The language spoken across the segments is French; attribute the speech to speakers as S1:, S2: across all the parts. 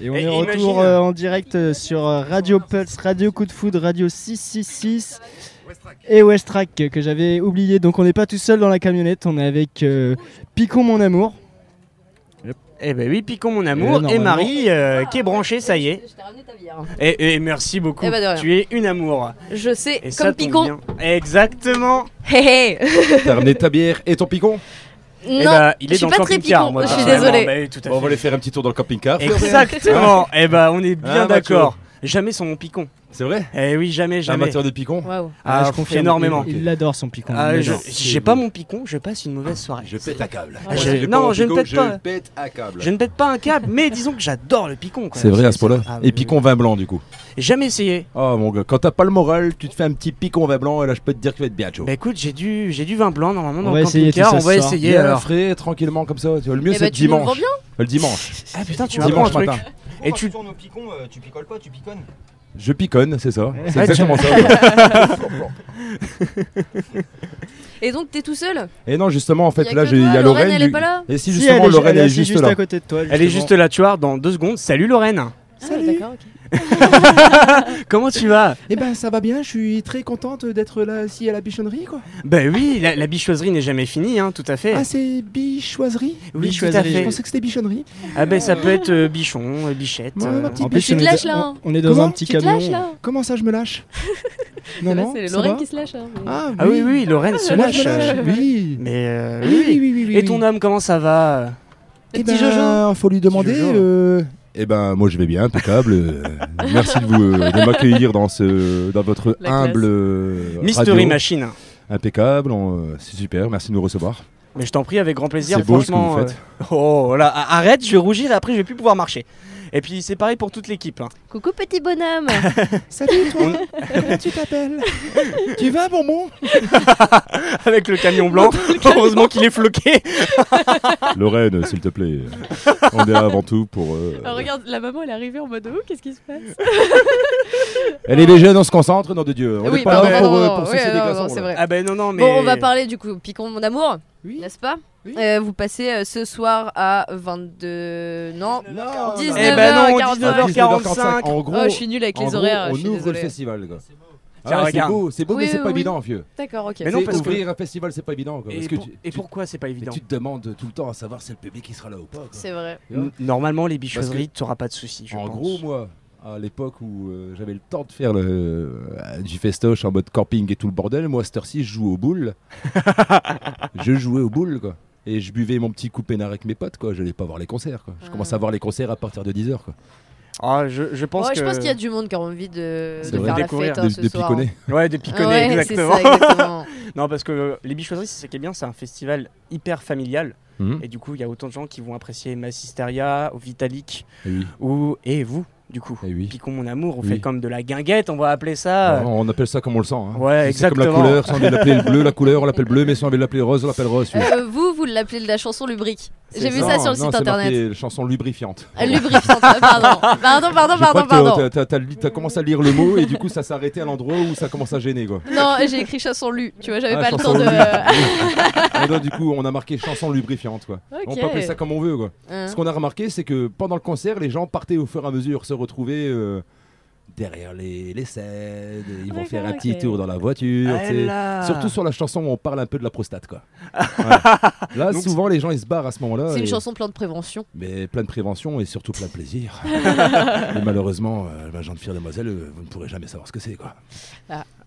S1: Et on est
S2: Et
S1: de retour
S2: imagine-
S1: euh, en direct euh, sur euh, Radio Pulse, Radio Coup de Foudre, Radio 666 et Westrack euh, que j'avais oublié. Donc on n'est pas tout seul dans la camionnette, on est avec euh, Picon mon amour.
S2: Ah, Eh ben oui, Picon mon amour et,
S1: normalement-
S2: Marie euh, qui est branchée, ça y est.
S3: Je t'ai ramené ta bière.
S2: Et, et merci beaucoup.
S3: Eh ben de rien.
S2: tu es une amour.
S3: Je sais,
S2: Et ça
S3: comme
S2: tombe
S3: Picon.
S2: bien. Exactement.
S3: Hé hé
S4: T'as ramené ta bière et ton picon
S3: Non,
S2: eh ben, il
S3: je
S2: est
S3: suis
S2: dans
S3: pas
S2: le
S3: très
S2: camping-car,
S3: Picon,
S2: moi.
S3: je suis
S2: personnellement.
S3: désolée.
S2: Bah oui, tout à
S4: Bon, On
S2: fait.
S4: va aller faire un petit tour dans le camping-car.
S2: Exactement. eh ben, on est bien
S4: Hein, Mathieu Ah,
S2: d'accord. Jamais sans mon Picon.
S4: C'est vrai
S2: Eh oui, jamais,
S4: J'ai un
S2: jamais.
S4: amateur de picon
S3: Waouh.
S2: Ah,
S1: Ah,
S2: je confie énormément.
S1: Il, il adore son Picon.
S2: Ah,
S1: il
S2: je-
S1: adore.
S2: J'ai pas mon Picon, je passe une mauvaise soirée.
S4: Je pète un câble.
S2: Ah, je-
S4: Si j'ai
S2: non,
S4: mon
S2: je ne
S4: Picon,
S2: pète pas.
S4: Je pète un câble.
S2: Je ne pète pas un câble, mais disons que j'adore le Picon. quoi.
S4: C'est vrai à ce point-là.
S2: Ah, oui,
S4: Et picon vin blanc du coup.
S2: oui. Jamais essayé.
S4: Oh mon gars, quand t'as pas le moral, tu te fais un petit picon vin blanc et là je peux te dire que tu vas être bien chaud.
S2: Bah écoute, j'ai du, j'ai du vin blanc normalement
S1: On
S2: dans
S1: va
S2: le
S1: essayer
S2: camping-car.
S1: tout
S2: On
S1: ça ce
S2: va
S1: soir.
S2: essayer
S4: Bien
S2: alors.
S4: frais, tranquillement comme ça. tu vois. Le mieux
S3: Eh
S4: c'est
S3: ben,
S4: le
S3: tu nous le vends
S4: dimanche.
S3: bien
S4: Le dimanche.
S2: Ah putain, tu m'apprends un
S4: Dimanche
S2: truc.
S4: matin.
S2: Et tu,
S5: au picon, euh, tu picoles pas, tu piconnes.
S4: Je piconne, c'est ça. C'est
S2: Ouais, tu-
S4: exactement ça.
S3: Et donc, t'es tout seul
S4: Et non, justement, en
S3: Y
S4: fait,
S3: a
S4: là,
S3: que
S4: j'ai-
S3: toi,
S4: il y a
S3: Lorraine,
S4: Lorraine.
S3: elle
S4: du-
S3: est pas là
S4: Et si,
S1: Si,
S4: justement,
S1: elle est-
S4: Lorraine
S1: elle
S4: est
S1: assise
S4: juste là.
S1: à côté de toi.
S2: elle est
S1: justement.
S2: juste là, tu vois, dans deux secondes. Salut Lorraine.
S3: Salut. Ah, D'accord, ok.
S2: Comment tu vas
S4: Eh ben, ça va bien, je suis très contente d'être là, ici à la bichonnerie, quoi.
S2: Bah oui, la, la bichoiserie n'est jamais finie, hein, tout à fait.
S4: c'est bichoiserie
S2: oui, tout à
S1: bichoiserie,
S2: fait.
S4: que c'était bichonnerie.
S2: Ah ben ça peut être euh, bichon, euh, bichette.
S4: Ouais,
S2: euh,
S4: ma petite-
S1: En plus,
S3: Tu te
S1: on est-
S3: lâches, là, hein.
S1: On on est dans
S4: Comment
S1: un petit
S3: Tu te lâches
S1: camion.
S3: là Eh bah,
S4: Comment ça, je me lâche
S3: C'est
S4: Non,
S3: vrai, C'est Lorraine qui se lâche. hein, mais-
S4: Ah,
S2: Ah oui, oui, Lorraine se
S4: Moi, je
S2: lâche.
S4: me
S2: euh,
S4: oui.
S2: Mais euh, oui, oui. Et ton homme, comment ça va
S4: Euh,
S3: Le
S2: eh bah.
S3: petit Jojo.
S4: faut lui
S2: demander, Jojo.
S4: Eh ben, moi je vais bien, impeccable. euh, merci de vous euh, de m'accueillir dans ce dans votre
S3: La classe.
S4: humble euh,
S2: Mystery
S4: radio.
S2: Machine.
S4: impeccable. on, euh, c'est super, merci de nous recevoir.
S2: Mais je t'en prie avec grand plaisir.
S4: C'est beau ce que
S2: franchement,
S4: vous faites.
S2: euh, Oh là, a- arrête, je vais rougir et après je vais plus pouvoir marcher. Et puis c'est pareil pour toute l'équipe. hein.
S3: Coucou, petit bonhomme.
S4: Salut toi. Comment tu t'appelles Tu vas bonbon
S2: Avec le camion blanc. Heureusement qu'il est floqué.
S4: Lorraine, s'il te plaît. On est là avant tout pour. euh,
S3: Oh, regarde, la maman, elle est arrivée en mode Oh, qu'est-ce qui se passe
S4: Elle est légère, on se concentre, nom de Dieu. On n'est pas là pour, euh, pour sucer des glaçons.
S3: c'est
S4: là.
S3: vrai.
S2: Ah ben non, non, mais.
S3: Bon, on va parler du coup, Picon, mon amour,
S4: Oui.
S3: n'est-ce pas
S4: Oui.
S3: Euh, Vous passez euh, ce soir à 22. Non.
S4: Non.
S3: 19
S2: Eh ben non,
S3: 19h45.
S4: Ah,
S2: 19h45.
S4: En gros,
S3: oh, je suis nulle avec
S4: en
S3: les
S4: gros,
S3: horaires.
S4: on
S3: je suis
S4: ouvre le
S3: désolée.
S4: festival, gars.
S2: Tiens,
S4: Ah, c'est
S2: regarde.
S4: beau, c'est beau, mais
S3: Oui,
S4: c'est pas
S3: oui.
S4: évident, vieux.
S3: D'accord, ok.
S2: Mais non,
S4: C'est
S2: parce que-
S4: ouvrir un festival, c'est pas évident. Quoi.
S2: Et,
S4: Parce que
S2: pour-
S4: tu-
S2: et
S4: tu-
S2: pourquoi c'est pas
S4: mais
S2: évident
S4: tu te demandes tout le temps à savoir si le public il sera là ou pas. quoi.
S3: C'est vrai.
S4: Tu vois
S2: N- Normalement, les
S4: que-
S2: bichoiseries, tu n'auras pas de soucis. Mm, Je
S4: en
S2: pense.
S4: gros, moi, à l'époque où euh, j'avais le temps de faire le, euh, du festoche en mode camping et tout le bordel, moi, à cette heure-ci, je joue aux boules. je jouais aux boules, quoi. Et je buvais mon petit coup peinard avec mes potes, quoi. Je n'allais pas voir les concerts, quoi. Je
S3: Ah.
S4: commence à voir les concerts à partir de 10h, quoi.
S2: Ah, je, je pense
S3: Ouais,
S2: que.
S3: Je pense qu'il y a du monde qui a envie de,
S4: C'est
S3: de
S4: vrai.
S3: faire la
S2: Découvrir,
S3: fête hein,
S4: de
S3: ce
S4: de
S3: soir.
S4: piconner.
S2: Ouais, de
S3: Ah
S2: piconner,
S3: ouais, c'est
S2: exactement.
S3: ça, exactement.
S2: non, parce que euh, les bichoiseries, c'est ça qui est bien, c'est un festival hyper familial.
S4: Mhm.
S2: Et du coup, il y a autant de gens qui vont apprécier Massisteria, ou Vitalik,
S4: Eh oui.
S2: ou. Et vous, du coup.
S4: eh oui.
S2: Picon mon amour, on
S4: Oui.
S2: fait comme de la guinguette, on va appeler ça.
S4: Ouais, on appelle ça comme on le sent. hein.
S2: Ah. Ouais,
S4: C'est comme la
S2: exactement.
S4: couleur. Si on veut l'appeler le bleu, la couleur, on l'appelle bleu. Mais si on veut l'appeler rose, on l'appelle rose. celui-là.
S3: Euh, vous, vous l'appelez de la chanson lubrique.
S2: C'est
S3: J'ai vu
S4: Non,
S3: ça sur le
S4: non,
S3: site
S4: c'est
S3: internet.
S4: marqué chanson lubrifiante.
S3: Ah, Lubrique, pardon. Pardon, pardon,
S4: Je crois
S3: Oh, pardon,
S4: que t'as-
S3: pardon.
S4: t'as- t'as lu- T'as commencé à lire le mot et du coup ça s'est arrêté à l'endroit où ça commence à gêner quoi.
S3: Non, j'ai écrit chanson lu. Tu vois, j'avais
S4: Ah,
S3: pas le
S4: chanson
S3: temps de. euh,
S4: lubrifiante. Et donc, du coup on a marqué chanson lubrifiante quoi.
S3: Ok.
S4: On peut appeler ça comme on veut quoi.
S3: Hein.
S4: Ce qu'on a remarqué c'est que pendant le concert les gens partaient au fur et à mesure se retrouver euh, derrière les, les scènes, ils vont
S3: Ah, D'accord,
S4: faire un petit
S3: ok.
S4: tour dans la voiture. tu sais.
S2: Elle a-
S4: Surtout sur la chanson où on parle un peu de la prostate quoi. Voilà. Là
S2: Donc,
S4: souvent les gens ils se barrent à ce moment-là.
S3: C'est une
S4: et-
S3: chanson plein de prévention.
S4: Mais plein de prévention et surtout plein de plaisir. Mais malheureusement, euh, ma gentille demoiselle, euh, vous ne pourrez jamais savoir ce que c'est quoi.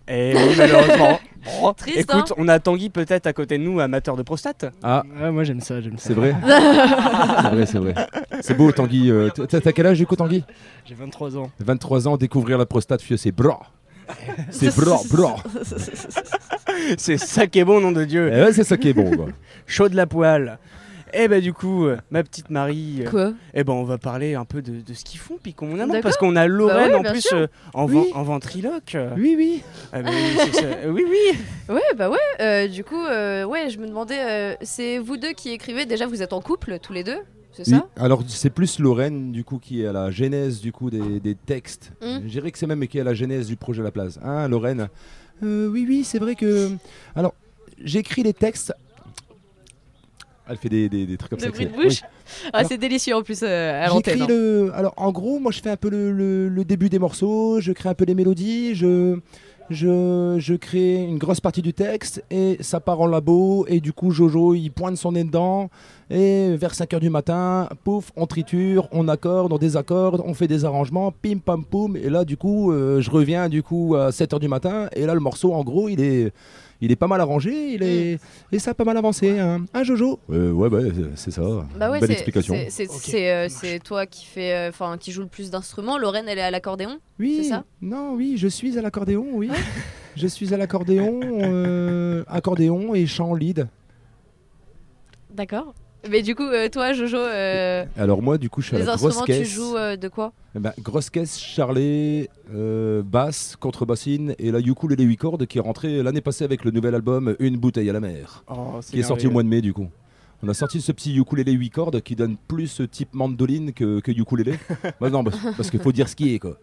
S2: Eh oui, malheureusement. Oh,
S3: Triste, hein.
S2: Écoute, on a Tanguy peut-être à côté de nous, amateur de prostate.
S4: Ah,
S1: Ah, moi j'aime ça, j'aime ça.
S4: c'est vrai C'est vrai, c'est vrai. C'est beau Tanguy. euh, t'as- T'as quel âge du coup Tanguy
S1: J'ai 23 ans.
S4: 23 ans, découvrir la prostate, fieu, c'est bra. C'est bra, bra.
S2: C'est ça qui est bon, nom de
S4: Eh
S2: Dieu.
S4: ouais, c'est ça qui est bon quoi.
S2: Chaud de la poêle. Eh ben du coup, euh, ma petite Marie, euh,
S3: Quoi
S2: eh ben on va parler un peu de, de ce qu'ils font, Picon mon amour,
S3: D'accord. Bah
S2: parce qu'on a Lorraine
S3: ouais,
S2: en
S3: bien
S2: plus
S3: sûr.
S2: euh, en, ven-
S4: Oui.
S2: en ventriloque.
S4: Oui, oui.
S2: Ah ben oui, c'est ça. Euh, oui, oui.
S3: Ouais, bah ouais. euh, du coup, euh, ouais, je me demandais, euh, c'est vous deux qui écrivez. Déjà, vous êtes en couple, tous les deux, c'est ça
S4: Alors c'est plus Lorraine du coup qui est à la genèse du coup des, des textes.
S3: Mm.
S4: Je dirais que c'est même qui est à la genèse du projet La Place. Hein Lorraine Euh, Oui oui c'est vrai que alors j'écris les textes Elle fait des, des- des trucs comme
S3: de
S4: ça.
S3: bruit de
S4: c'est-
S3: bouche.
S4: oui.
S3: Ah,
S4: Alors-
S3: c'est délicieux en plus euh, à l'antenne.
S4: J'écris
S3: hein.
S4: le. Alors, en gros, moi, je fais un peu le, le- le début des morceaux, je crée un peu les mélodies, je. Je, je crée une grosse partie du texte et ça part en labo et du coup Jojo il pointe son nez dedans et vers 5h du matin, pouf, on triture, on accorde, on désaccorde, on fait des arrangements, pim pam poum et là du coup euh, je reviens du coup à 7h du matin et là le morceau en gros il est il est pas mal arrangé, il est
S3: Mm.
S4: et ça a pas mal avancé hein, Hein, Jojo Euh, Ouais bah, c'est ça.
S3: Bah ouais,
S4: Belle
S3: c'est-
S4: explication.
S3: c'est- C'est
S2: Ok,
S3: c'est, euh, c'est toi qui fais, euh, enfin, qui joue le plus d'instruments. Lorraine, elle est à l'accordéon.
S4: Oui,
S3: C'est ça Ah.
S4: non, oui, je suis à l'accordéon, oui. je suis à l'accordéon, euh, accordéon et chant lead.
S3: D'accord. Mais du coup, euh, toi, Jojo, euh,
S4: Alors moi, du coup, je suis à
S3: les
S4: la grosse
S3: instruments, tu
S4: caisse.
S3: joues euh, de quoi
S4: Eh ben, grosse caisse, charlet, euh, basse, contrebassine et la ukulélé 8 cordes qui est rentrée l'année passée avec le nouvel album Une bouteille à la mer,
S2: Oh, c'est
S4: qui est sorti
S2: merveilleux.
S4: au mois de mai, du coup. On a sorti ce petit ukulélé 8 cordes qui donne plus ce type mandoline que, que ukulélé. Bah non, parce, parce qu'il faut dire ce qui est, quoi.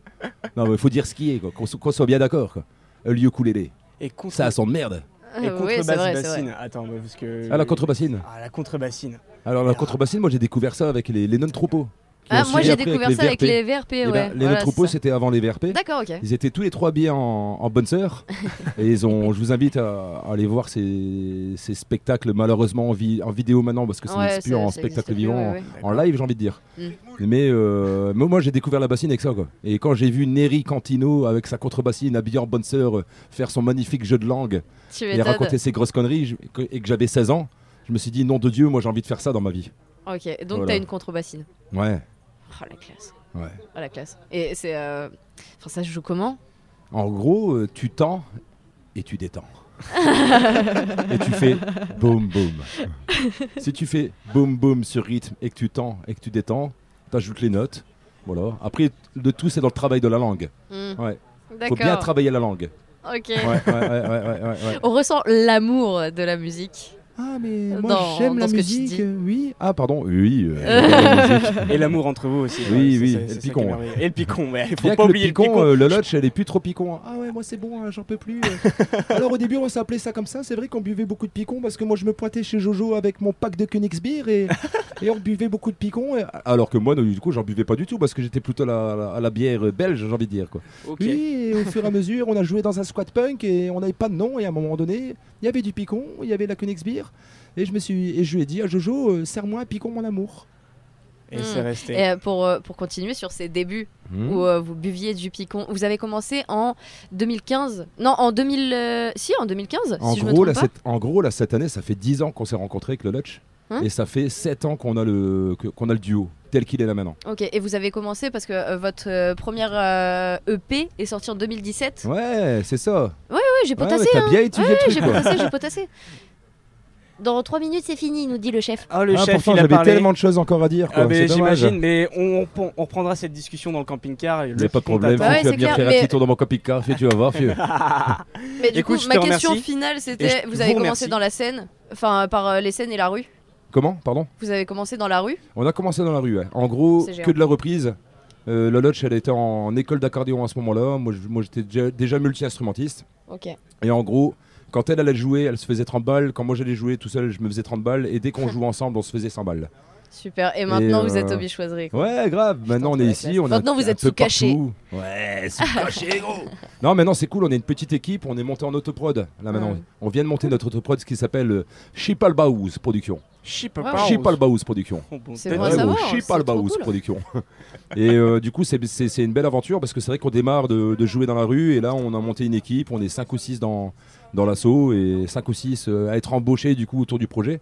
S4: Non, mais faut dire ce qui est, quoi. Qu'on so- qu'on soit bien d'accord, quoi. Le ukulélé,
S2: Et contre,
S4: ça a son de merde.
S2: et
S3: Euh,
S2: contre
S3: ouais, c'est vrai, c'est vrai.
S2: bassine. Attends, bah, parce que.
S4: Ah, la contrebassine
S2: Ah, la contrebassine.
S4: Alors la contrebassine, moi j'ai découvert ça avec les, les non-troupeaux. qui
S3: Ah,
S4: ont
S3: moi
S4: suivi
S3: j'ai
S4: après
S3: découvert ça avec les
S4: VRP.
S3: VRP,
S4: Eh
S3: ouais.
S4: ben, les
S3: Voilà,
S4: non-troupeaux,
S3: c'est ça.
S4: c'était avant les VRP.
S3: D'accord, ok.
S4: Ils étaient tous les trois bien en, en bonne sœur. et ils ont, je vous invite à, à aller voir ces, ces spectacles, malheureusement en, vi- en vidéo maintenant, parce que ça
S3: Ouais,
S4: n'existe plus en
S3: ça existe
S4: spectacle
S3: plus,
S4: vivant,
S3: ouais, ouais.
S4: en live, j'ai envie de dire.
S3: Mm.
S4: Mais euh, moi, moi, j'ai découvert la bassine avec ça. Quoi. Et quand j'ai vu Neri Cantino avec sa contrebassine habillée en bonne sœur euh, faire son magnifique jeu de langue
S3: Tu
S4: hein.
S3: euh,
S4: et raconter
S3: m'étonnes.
S4: ses grosses conneries, je- que- et que j'avais 16 ans, je me suis dit, nom de Dieu, moi j'ai envie de faire ça dans ma vie.
S3: Ok, donc
S4: Voilà.
S3: t'as une contrebassine.
S4: Ouais.
S3: Oh la classe.
S4: Ouais.
S3: Oh la classe. Et c'est. euh, Enfin, ça se joue comment
S4: En gros, euh, tu tends et tu détends. et tu fais boum boum. si tu fais boum boum sur rythme et que tu tends et que tu détends, t'ajoutes les notes. Voilà. Après, de tout, c'est dans le travail de la langue.
S3: Hmm,
S4: Ouais. Mmh. Faut bien
S3: D'accord.
S4: travailler la langue.
S3: Ok.
S4: Ouais, ouais, ouais, ouais, ouais, ouais, ouais.
S3: On ressent l'amour de la musique.
S4: Ah, mais
S3: moi, Dans- j'aime dans la ce que tu musique, dis.
S4: euh, oui. Ah, pardon. Oui. euh, la musique.
S2: Et l'amour entre vous aussi.
S4: Oui,
S2: c'est-
S4: oui,
S2: c'est-
S4: et
S2: c'est
S4: le
S2: ça qui est
S4: picon, ouais.
S2: merveilleux. Et le picon, ouais. Faut
S4: Bien
S2: pas
S4: que le
S2: oublier
S4: picon,
S2: le picon.
S4: euh, le lodge, elle est plus trop picon. Ah ouais, moi c'est bon, hein, j'en peux plus. euh. Alors au début, on s'appelait ça comme ça. C'est vrai qu'on buvait beaucoup de picon parce que moi je me pointais chez Jojo avec mon pack de Königsbier et, et on buvait beaucoup de picon. et- ah. Alors que moi, du coup, j'en buvais pas du tout parce que j'étais plutôt à la, la- à la bière euh, belge, j'ai envie de dire. Quoi.
S2: Ok.
S4: Oui, et au fur et à mesure, on a joué dans un squat punk et on n'avait pas de nom. Et à un moment donné, il y avait du picon, il y avait la Königsbier. Et je, me suis, et je lui ai dit à Jojo, euh, serre-moi un picon, mon amour.
S2: Et c'est
S3: Hmm.
S2: resté.
S3: Et euh, pour, euh, pour continuer sur ces débuts
S4: Mmh.
S3: où euh, vous buviez du picon, vous avez commencé en 2015 Non, en 2000. euh, Si, en 2015
S4: En,
S3: si je me
S4: gros,
S3: trompe
S4: là,
S3: pas.
S4: cette, en gros, là, cette année, ça fait 10 ans qu'on s'est rencontrés avec le Lutch.
S3: Hein
S4: et ça fait 7 ans qu'on a, le, que- qu'on a le duo, tel qu'il est là maintenant.
S3: Ok, et vous avez commencé parce que euh, votre euh, première euh, EP est sortie en 2017. Ouais,
S4: Ouais, c'est ça.
S3: j'ai
S4: Ouais, ouais,
S3: potassé,
S4: T'as
S3: hein
S4: bien étudié le
S3: Ouais,
S4: truc.
S3: J'ai
S4: quoi.
S3: potassé, j'ai potassé. Dans 3 minutes, c'est fini, nous dit le chef.
S2: Oh, le
S4: Ah,
S2: chef,
S4: pourtant,
S2: il a
S4: j'avais
S2: parlé.
S4: tellement de choses encore à dire.
S2: Ah,
S4: quoi,
S2: mais
S4: c'est dommage.
S2: j'imagine, mais on, on, on reprendra cette discussion dans le camping-car.
S4: Il n'y a pas de problème,
S3: t'attend. Ouais,
S4: tu vas
S3: c'est
S4: bien
S3: clair,
S4: faire un
S3: mais-
S4: petit tour dans mon copie-car, tu vas voir, fieu.
S3: Mais du
S2: Écoute,
S3: coup,
S2: je
S3: ma
S2: te
S3: question
S2: remercie.
S3: finale,
S2: Et
S3: c'était
S2: je
S3: vous avez
S2: vous
S3: commencé
S2: remercie.
S3: dans la scène, enfin par euh, les scènes et la rue.
S4: Comment Pardon
S3: Vous avez commencé dans la rue
S4: On a commencé dans la rue. ouais. En gros,
S3: C'est géant.
S4: que de la reprise. Euh, la Lodge, elle était en école d'accordéon à ce moment-là. Moi, je- moi, j'étais déjà- déjà multi-instrumentiste.
S3: Ok.
S4: Et en gros, quand elle allait jouer, elle se faisait 30 balles. Quand moi j'allais jouer tout seul, je me faisais 30 balles. Et dès qu'on jouait ensemble, on se faisait 100 balles.
S3: Super. Et maintenant,
S4: euh,
S3: vous êtes au bichoiserie. quoi.
S4: Ouais, bah, grave. Maintenant on
S3: trop
S4: est
S3: la
S4: ici.
S3: classe.
S4: On
S3: Maintenant,
S4: a
S3: vous
S4: un
S3: êtes
S4: peu
S3: sous cachet.
S4: partout. Ouais, sous caché, gros. Non, maintenant c'est cool. On est une petite équipe. On est monté en autoprod. Là maintenant,
S3: Ouais.
S4: on vient de monter notre autoprod, ce qui s'appelle euh, Schipalbaus Production.
S2: Chip
S3: Ouais,
S2: Power.
S4: Schipalbaus Production.
S2: Oh, bon,
S3: C'est
S2: t'es-
S3: bon à
S4: Ouais,
S3: savoir,
S4: ou
S3: c'est
S4: Schipalbaus
S3: trop cool.
S4: Production. Et euh, du coup, c'est- c'est c'est une belle aventure parce que c'est vrai qu'on démarre de, de jouer dans la rue et là, on a monté une équipe, on est 5 ou 6 dans, dans l'assaut et 5 ou 6 à être embauchés du coup autour du projet.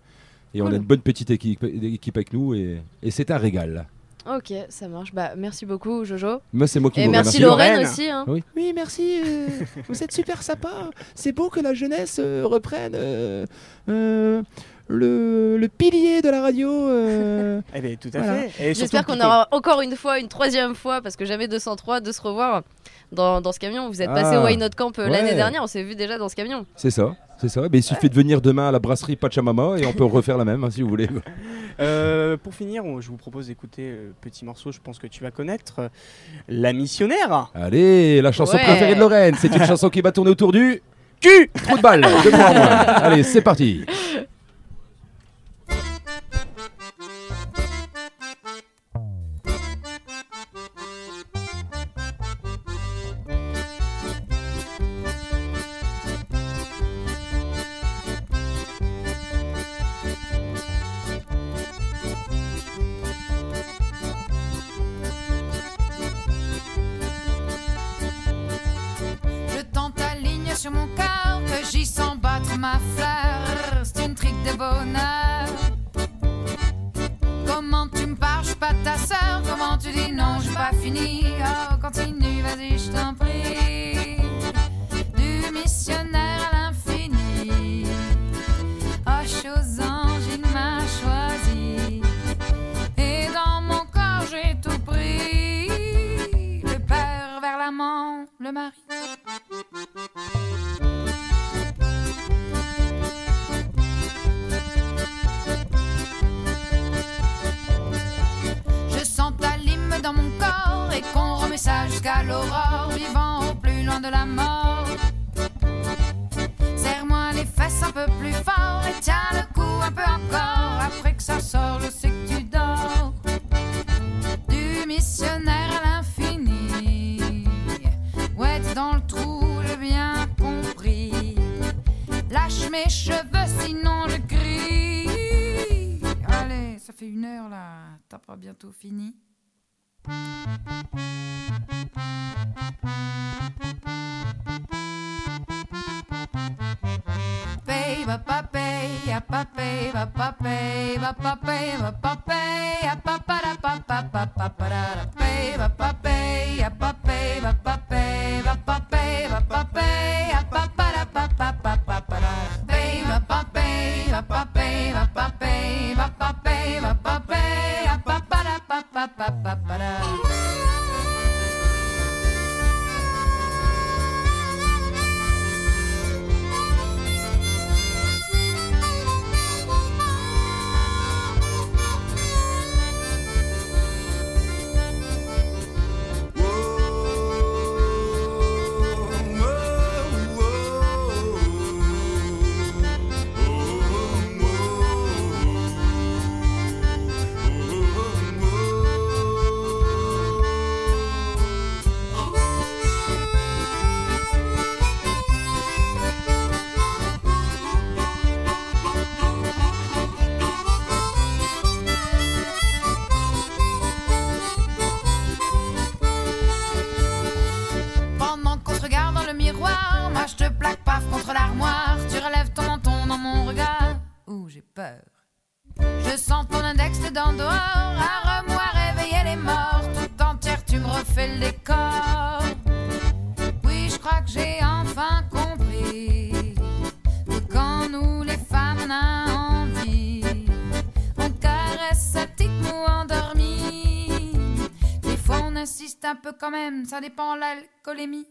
S4: Et on a
S3: Cool.
S4: une bonne petite équipe, équipe avec nous et, et c'est un régal.
S3: Ok, ça marche. Bah, merci beaucoup, Jojo.
S4: Moi, c'est moi qui
S3: Et
S4: vous
S3: Eh, merci,
S4: remercie.
S3: Lorraine,
S2: Lorraine.
S3: aussi. hein.
S4: Oui. merci. euh, vous êtes super sympa. C'est beau que la jeunesse euh, reprenne euh, le, pilier de la radio. euh,
S2: Eh ben, tout à
S4: Voilà.
S2: fait. Et
S3: J'espère
S2: surtout le
S3: qu'on
S2: picon.
S3: aura encore une fois, une troisième fois, parce que jamais 203 de se revoir dans, dans ce camion. Vous êtes passé
S4: Ah.
S3: au Why Not Camp euh,
S4: Ouais.
S3: l'année dernière, on s'est vu déjà dans ce camion.
S4: C'est ça, c'est ça. Mais il suffit de venir demain à la brasserie Pachamama et on peut refaire la même hein, si vous voulez.
S2: Euh, pour finir, on- je vous propose d'écouter euh, petit morceau, je pense que tu vas connaître. euh, La missionnaire.
S4: Allez, la chanson
S3: Ouais.
S4: préférée de Lorraine, c'est une chanson qui va tourner autour du
S2: Cul
S4: trou de balle. Deux points en moins. Allez, c'est parti.
S6: Thank you. de bonheur. Comment tu me parles, je suis pas ta sœur. Comment tu dis non, j'ai pas fini. Oh, continue, vas-y, je t'en prie. Du missionnaire à l'infini. Oh, chose ange, il m'a choisi. Et dans mon corps, j'ai tout pris. Le père vers l'amant, le mari. Je sens ta lime dans mon corps et qu'on remet ça jusqu'à l'aurore, vivant au plus loin de la mort. Serre-moi les fesses un peu plus fort et tiens le coup un peu encore. Après que ça sort, je sais que tu dors. Du missionnaire à l'infini. Ouais, t'es dans le trou, j'ai bien compris. Lâche mes cheveux, sinon je crie. Allez, ça fait une heure là, t'as pas bientôt fini. Pay, va pa pay, ya pa pay, va pa pay, va pa pay, va pa pay, ya pa pa da pa pa pa pa pa da da. Pay, va pa pay, ya pa pay, va pa pay, va pa pay, va pa pay, ya pa pa da pa pa pa pa pa da da. Pay, va pa pay, va pa pay, va pa pay, va pa pay, va pa pay, ya pa pa da pa pa pa pa pa da da. Pendant qu'on se regarde dans le miroir, moi je te plaque paf contre l'armoire. Tu relèves ton menton dans mon regard. Ouh, j'ai peur. Je sens ton index d'en dehors, à remoi réveiller les morts. Tout entière, tu me refais le décor. Oui, je crois que j'ai enfin compris que quand nous les femmes on a envie, on caresse sa petite mou endormie. Des fois on insiste un peu quand même, ça dépend l'alcoolémie.